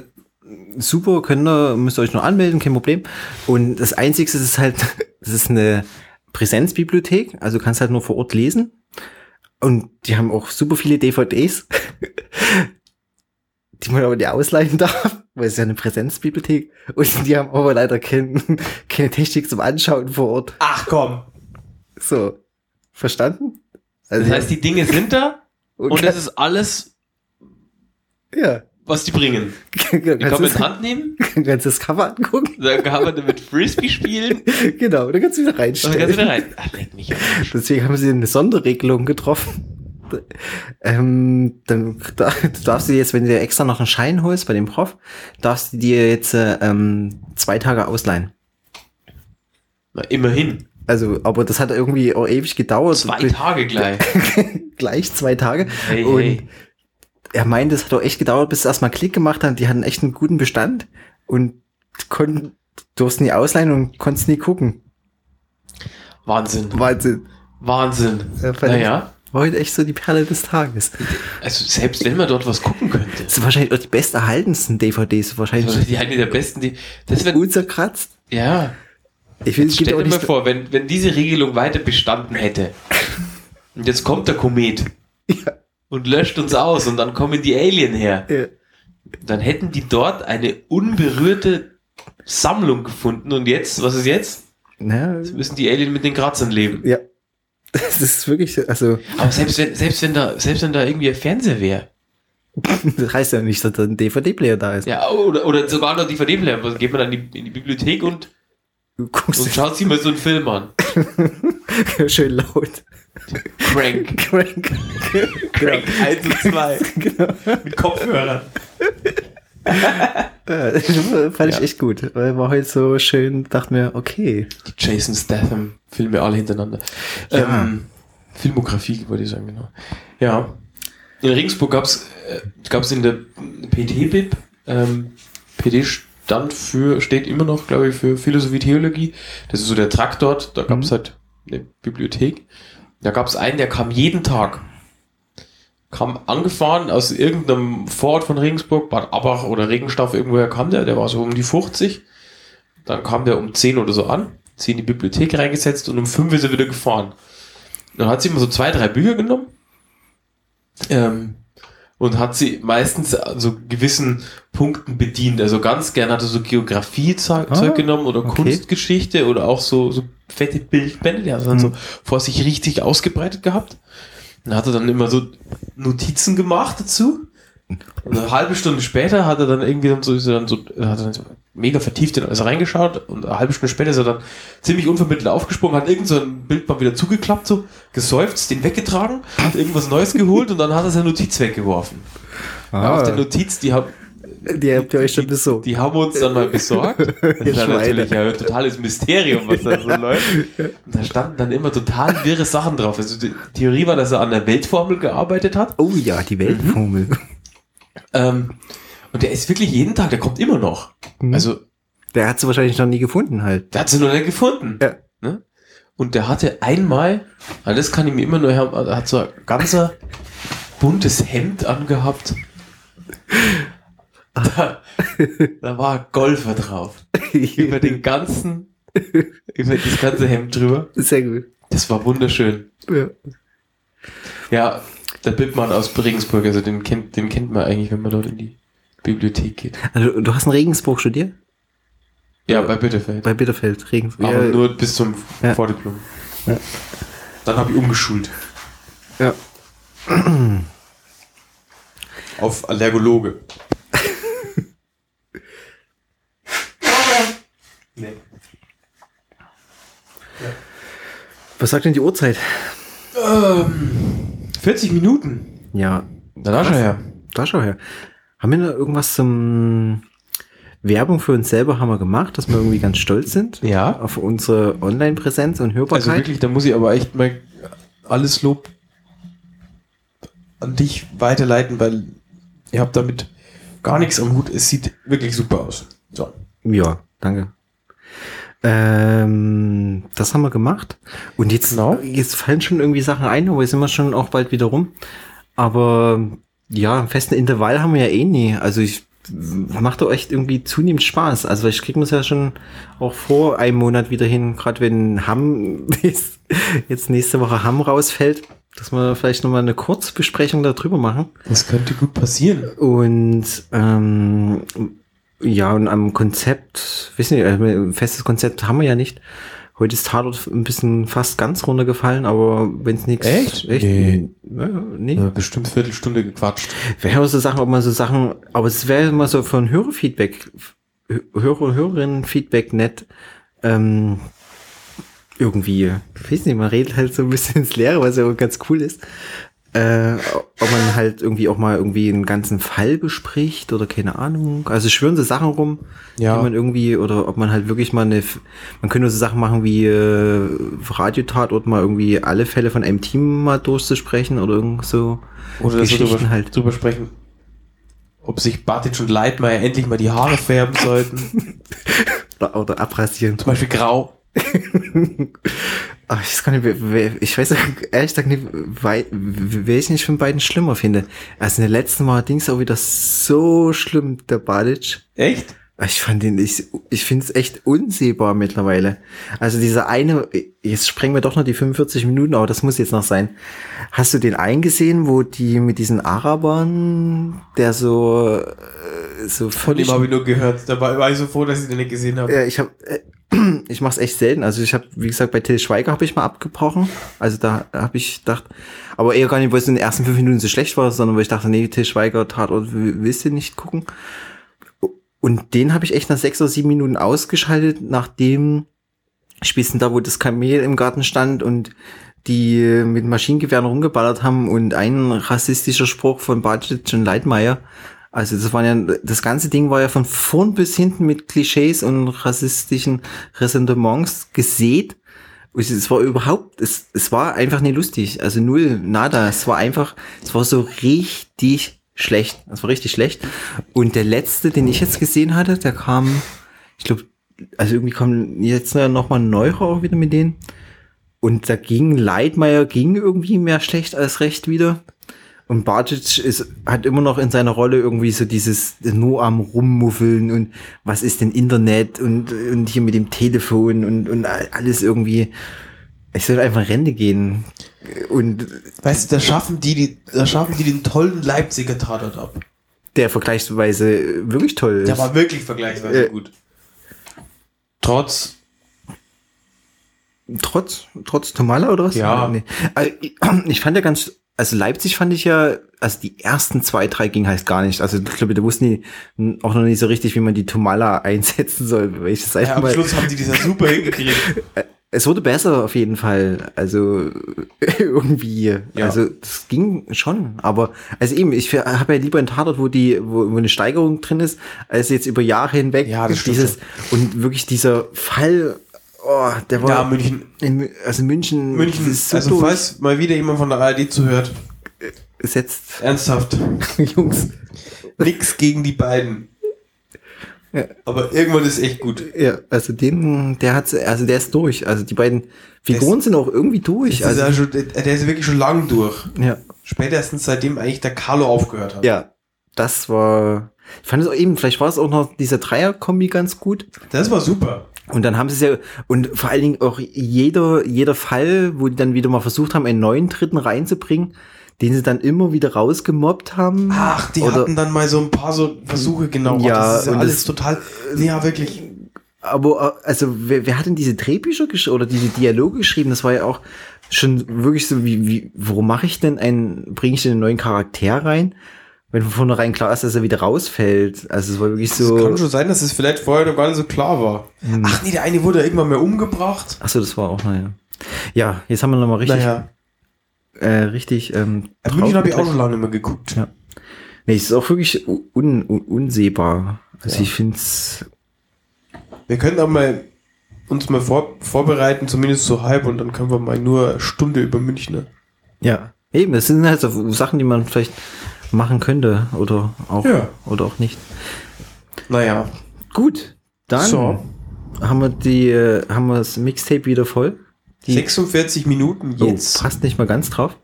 super, könnt ihr, müsst ihr euch nur anmelden, kein Problem. Und das Einzige ist es halt, [laughs] das ist eine Präsenzbibliothek, also kannst halt nur vor Ort lesen. Und die haben auch super viele DVDs, [laughs] die man aber nicht ausleihen darf, weil es ist ja eine Präsenzbibliothek. Und die haben aber leider kein, [laughs] keine Technik zum Anschauen vor Ort. Ach komm. So, verstanden? Also, Das heißt, die Dinge sind da und das ist alles, ja, [laughs] was die bringen. Die kann kannst, man in das, Hand nehmen, kannst das Cover angucken. [laughs] dann kann man damit Frisbee spielen Genau, dann kannst du wieder und reinstellen. dann kannst du wieder [laughs] rein. Ach, leck mich. am Arsch. Deswegen haben sie eine Sonderregelung getroffen. Ähm, dann da, du darfst du jetzt, wenn du dir extra noch einen Schein holst bei dem Prof, darfst du dir jetzt äh, ähm, zwei Tage ausleihen. Na, immerhin. Also, aber das hat irgendwie auch ewig gedauert. Zwei Tage gleich. [laughs] Gleich zwei Tage. Hey, und hey. er meinte, es hat auch echt gedauert, bis es erstmal Klick gemacht hat. Die hatten echt einen guten Bestand und konnten, durften nie ausleihen und konnten nie gucken. Wahnsinn. Wahnsinn. Wahnsinn. Ja, fand ich- Naja, War heute echt so die Perle des Tages. also selbst wenn man dort was gucken könnte. Das sind wahrscheinlich auch die besterhaltensten DVDs. Also Wahrscheinlich die eine der besten, die. Das wenn, unzerkratzt. ja. Ich will, es gibt auch Stell dir mal nicht. vor, wenn, wenn diese Regelung weiter bestanden hätte. Und jetzt kommt der Komet Ja, und löscht uns aus und dann kommen die Alien her. ja. Dann hätten die dort eine unberührte Sammlung gefunden und jetzt, was ist jetzt? Na, Jetzt müssen die Alien mit den Kratzern leben. ja. Das ist wirklich, so- also, [laughs] Aber selbst wenn, selbst wenn da, selbst wenn da irgendwie ein Fernseher wäre. das heißt ja nicht, dass da ein DVD-Player da ist. Ja, oder, oder sogar noch DVD-Player. Was geht man dann in die, in die Bibliothek und, Du guckst und schaut sich mal so einen Film an. [laughs] schön laut. Crank. Crank. [laughs] Crank 1 und 2. genau. Mit Kopfhörern. Äh, Fand ich Ja. echt gut. Weil war heute so schön, dachte mir, okay. Die Jason Statham Filme alle hintereinander. Ja. Ähm, Filmografie, wollte ich sagen, genau. Ja. In Regensburg gab es äh, gab's in der PT-Bib, ähm, PD stand für, steht immer noch, glaube ich, für Philosophie, Theologie. Das ist so der Trakt dort, da gab es Mhm. halt eine Bibliothek. Da gab es einen, der kam jeden Tag. Kam angefahren aus irgendeinem Vorort von Regensburg, Bad Abbach oder Regenstaff, irgendwoher kam der, der war so um die 50. Dann kam der um 10 oder so an, 10 in die Bibliothek reingesetzt und um 5 ist er wieder gefahren. Dann hat sie immer so zwei, drei Bücher genommen ähm, und hat sie meistens an so gewissen Punkten bedient. Also ganz gern hat er so Geografie-Zeug Ah, Zeug genommen oder okay. Kunstgeschichte oder auch so, so fette Bildbände, die hat er dann so Mhm. vor sich richtig ausgebreitet gehabt. Dann hat er dann immer so Notizen gemacht dazu. Und eine halbe Stunde später hat er dann irgendwie dann so, ist er dann so, hat er dann so mega vertieft in alles reingeschaut und eine halbe Stunde später ist er dann ziemlich unvermittelt aufgesprungen, hat irgend so ein Bild mal wieder zugeklappt, so gesäuft, den weggetragen, hat irgendwas Neues geholt und dann hat er seine Notiz weggeworfen. Ah. Aus der Notiz, die haben, die habt ihr euch schon die- bis so. Die haben wir uns dann mal [laughs] besorgt. Das Ihr war Schweine. natürlich ein totales Mysterium, was da so läuft. Und da standen dann immer total wirre Sachen drauf. Also die Theorie war, dass er an der Weltformel gearbeitet hat. oh ja, die Weltformel. Ähm, und der ist wirklich jeden Tag, der kommt immer noch. Mhm. Also Der hat sie wahrscheinlich noch nie gefunden halt. der hat sie noch nicht gefunden. Ja. Ne? Und der hatte einmal, ah, das kann ich mir immer nur her, er hat so ein ganzer buntes Hemd [laughs] angehabt. Da, da war ein Golfer drauf. Über den ganzen, über das ganze Hemd drüber. [laughs] Sehr gut. Das war wunderschön. Ja. Ja, der Bibmann aus Regensburg, also den kennt, den kennt man eigentlich, wenn man dort in die Bibliothek geht. Also, du hast in Regensburg studiert? Ja, bei Bitterfeld. Bei Bitterfeld, Regensburg. Aber ja, nur bis zum Ja. Vordiplom. Ja. Dann habe ich umgeschult ja. auf Allergologe. nee. Was sagt denn die Uhrzeit? ähm, 40 Minuten. Ja, Na, da schon her. da schau her. Haben wir da irgendwas zum Werbung für uns selber haben wir gemacht, dass wir irgendwie ganz stolz sind Ja. auf unsere Online-Präsenz und Hörbarkeit? Also wirklich, da muss ich aber echt mal alles Lob an dich weiterleiten, weil ihr habt damit gar nichts am Hut. Es sieht wirklich super aus. So. Ja, danke. Ähm, das haben wir gemacht. Und jetzt, Genau. jetzt fallen schon irgendwie Sachen ein, aber jetzt sind wir schon auch bald wieder rum. Aber ja, einen festen Intervall haben wir ja eh nie. Also ich macht doch echt irgendwie zunehmend Spaß. Also ich krieg mir's ja schon auch vor einem Monat wieder hin, gerade wenn Hamm [laughs] jetzt- jetzt nächste Woche Hamm rausfällt, dass wir vielleicht nochmal eine Kurzbesprechung darüber machen. Das könnte gut passieren. Und ähm, ja, und am Konzept, wissen wir, äh, ein festes Konzept haben wir ja nicht. Heute ist Tatort ein bisschen fast ganz runtergefallen, aber wenn es nichts. Echt? echt Nee. nee. nee. Ja, bestimmt Viertelstunde gequatscht. Wäre auch so Sachen, ob man so Sachen, aber es wäre immer so von Hörerfeedback, Hörer, Hörerinnen-Feedback nett, ähm, irgendwie, ich weiß nicht, man redet halt so ein bisschen ins Leere, was ja auch ganz cool ist. Äh, ob man halt irgendwie auch mal irgendwie einen ganzen Fall bespricht oder keine Ahnung. Also schwören so Sachen rum, Ja. die man irgendwie, oder ob man halt wirklich mal eine, F- man könnte so Sachen machen wie äh, Radiotatort mal irgendwie alle Fälle von einem Team mal durchzusprechen oder irgend so. Oder dass wir drüber, Geschichten halt. drüber sprechen, ob sich Bartic und Leitmeier endlich mal die Haare färben [laughs] sollten. Zum Oder, oder abrasieren. Beispiel grau. Ach, Ah, ich weiß gar nicht, wer- wer- ich weiß ehrlich gesagt nicht, wei- wer ich nicht von beiden schlimmer finde. Also in den letzten Mal ging es auch wieder so schlimm, der Badic. Ah, Echt? Ich fand ihn, ich, ich finde es echt unsehbar mittlerweile. Also dieser eine, jetzt sprengen wir doch noch die 45 Minuten, aber das muss jetzt noch sein. Hast du den eingesehen, wo die mit diesen Arabern, der so, äh, so Von völlig dem habe ich nur gehört. Da war, war ich so froh, dass ich den nicht gesehen habe. Ja, ich habe, äh, [clears throat] ich mache es echt selten. Also ich habe, wie gesagt, bei Till Schweiger habe ich mal abgebrochen. Also da habe ich gedacht, aber eher gar nicht, weil es in den ersten fünf Minuten so schlecht war, sondern weil ich dachte, nee, Till Schweiger Tatort w- willst du nicht gucken. Und den habe ich echt nach sechs oder sieben Minuten ausgeschaltet, nachdem spätestens da, wo das Kamel im Garten stand und die äh, mit Maschinengewehren rumgeballert haben und ein rassistischer Spruch von Bartschitz und Leitmeier. Also das waren ja, das ganze Ding war ja von vorn bis hinten mit Klischees und rassistischen Ressentiments gesät. Und Es war überhaupt, es, es war einfach nicht lustig. Also null, nada. Es war einfach, es war so richtig schlecht. Es war richtig schlecht. Und der letzte, den ich jetzt gesehen hatte, der kam, ich glaube, also irgendwie kam jetzt nochmal ein neuerer auch wieder mit denen. Und da ging Leitmeier ging irgendwie mehr schlecht als recht wieder. Und Bartic ist, hat immer noch in seiner Rolle irgendwie so dieses nur am Rummuffeln und was ist denn Internet und, und hier mit dem Telefon und, und all- alles irgendwie. Ich soll einfach in Rente gehen. Und Weißt du, da schaffen die, die, da schaffen die den tollen Leipziger Tatort ab. der vergleichsweise wirklich toll ist. Der war wirklich vergleichsweise Äh. gut. Trotz, Trotz, trotz Tomala oder was? Ja. Nee. Also, ich- ich fand ja ganz, also Leipzig fand ich ja, also die ersten zwei, drei ging halt gar nicht. Also ich glaube, da wussten die auch noch nicht so richtig, wie man die Tomala einsetzen soll. Welches ja, am mal. Schluss haben die das ja super [laughs] hingekriegt. Es wurde besser auf jeden Fall. Also [laughs] irgendwie. Ja. Also das ging schon. Aber also eben, ich habe ja lieber einen Tatort, wo die, wo, wo eine Steigerung drin ist, als jetzt über Jahre hinweg. Ja, das stimmt dieses, Und wirklich dieser Fall, oh, der war. Ja, München. In, Mü- also München, München, ist so also also falls mal wieder jemand von der ARD zuhört, durchgesetzt. ernsthaft, [laughs] Jungs, nix gegen die beiden. Aber irgendwann ist echt gut. Ja, also den, der hat, also der ist durch. Also die beiden Figuren sind auch irgendwie durch. Der ist, Also, ja schon, der ist wirklich schon lang durch. ja. Spätestens seitdem eigentlich der Carlo aufgehört hat. ja, das war. Ich fand es auch eben, vielleicht war es auch noch diese Dreier-Kombi ganz gut. Das war super. Und dann haben sie es ja, und vor allen Dingen auch jeder, jeder Fall, wo die dann wieder mal versucht haben, einen neuen Dritten reinzubringen, den sie dann immer wieder rausgemobbt haben. Ach, die Oder- hatten dann mal so ein paar so Versuche genau. Ja, das ist ja und äh, alles das- total. Nee, ja, wirklich. Aber äh, also wer, wer hat denn diese Drehbücher gesch- oder diese Dialoge geschrieben? Das war ja auch schon wirklich so wie wie warum mache ich denn einen bringe ich denn einen neuen Charakter rein, wenn von vornherein klar ist, dass er wieder rausfällt? Also es war wirklich Es kann so schon sein, dass es vielleicht vorher noch gar nicht so klar war. Ach nee, der eine wurde ja irgendwann mehr umgebracht. Ach so, das war auch naja. Ja, jetzt haben wir nochmal richtig Naja. äh, richtig ähm München habe ich auch drauf- schon lange nicht mehr geguckt. Ja. Nee, es ist auch wirklich un, un, unsehbar. Also ich find's Wir können auch mal uns mal vor, vorbereiten, zumindest so halb, und dann können wir mal nur eine Stunde über ne? Münchner. ja, eben, es sind halt so Sachen, die man vielleicht machen könnte oder auch Ja. oder auch nicht. Naja. Gut, dann So. haben wir die, äh, haben wir das Mixtape wieder voll. Die 46 Minuten oh, jetzt. passt nicht mal ganz drauf.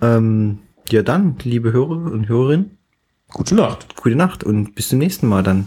Ähm, ja dann, liebe Hörer und Hörerinnen, Gute Nacht. gute Nacht und bis zum nächsten Mal dann.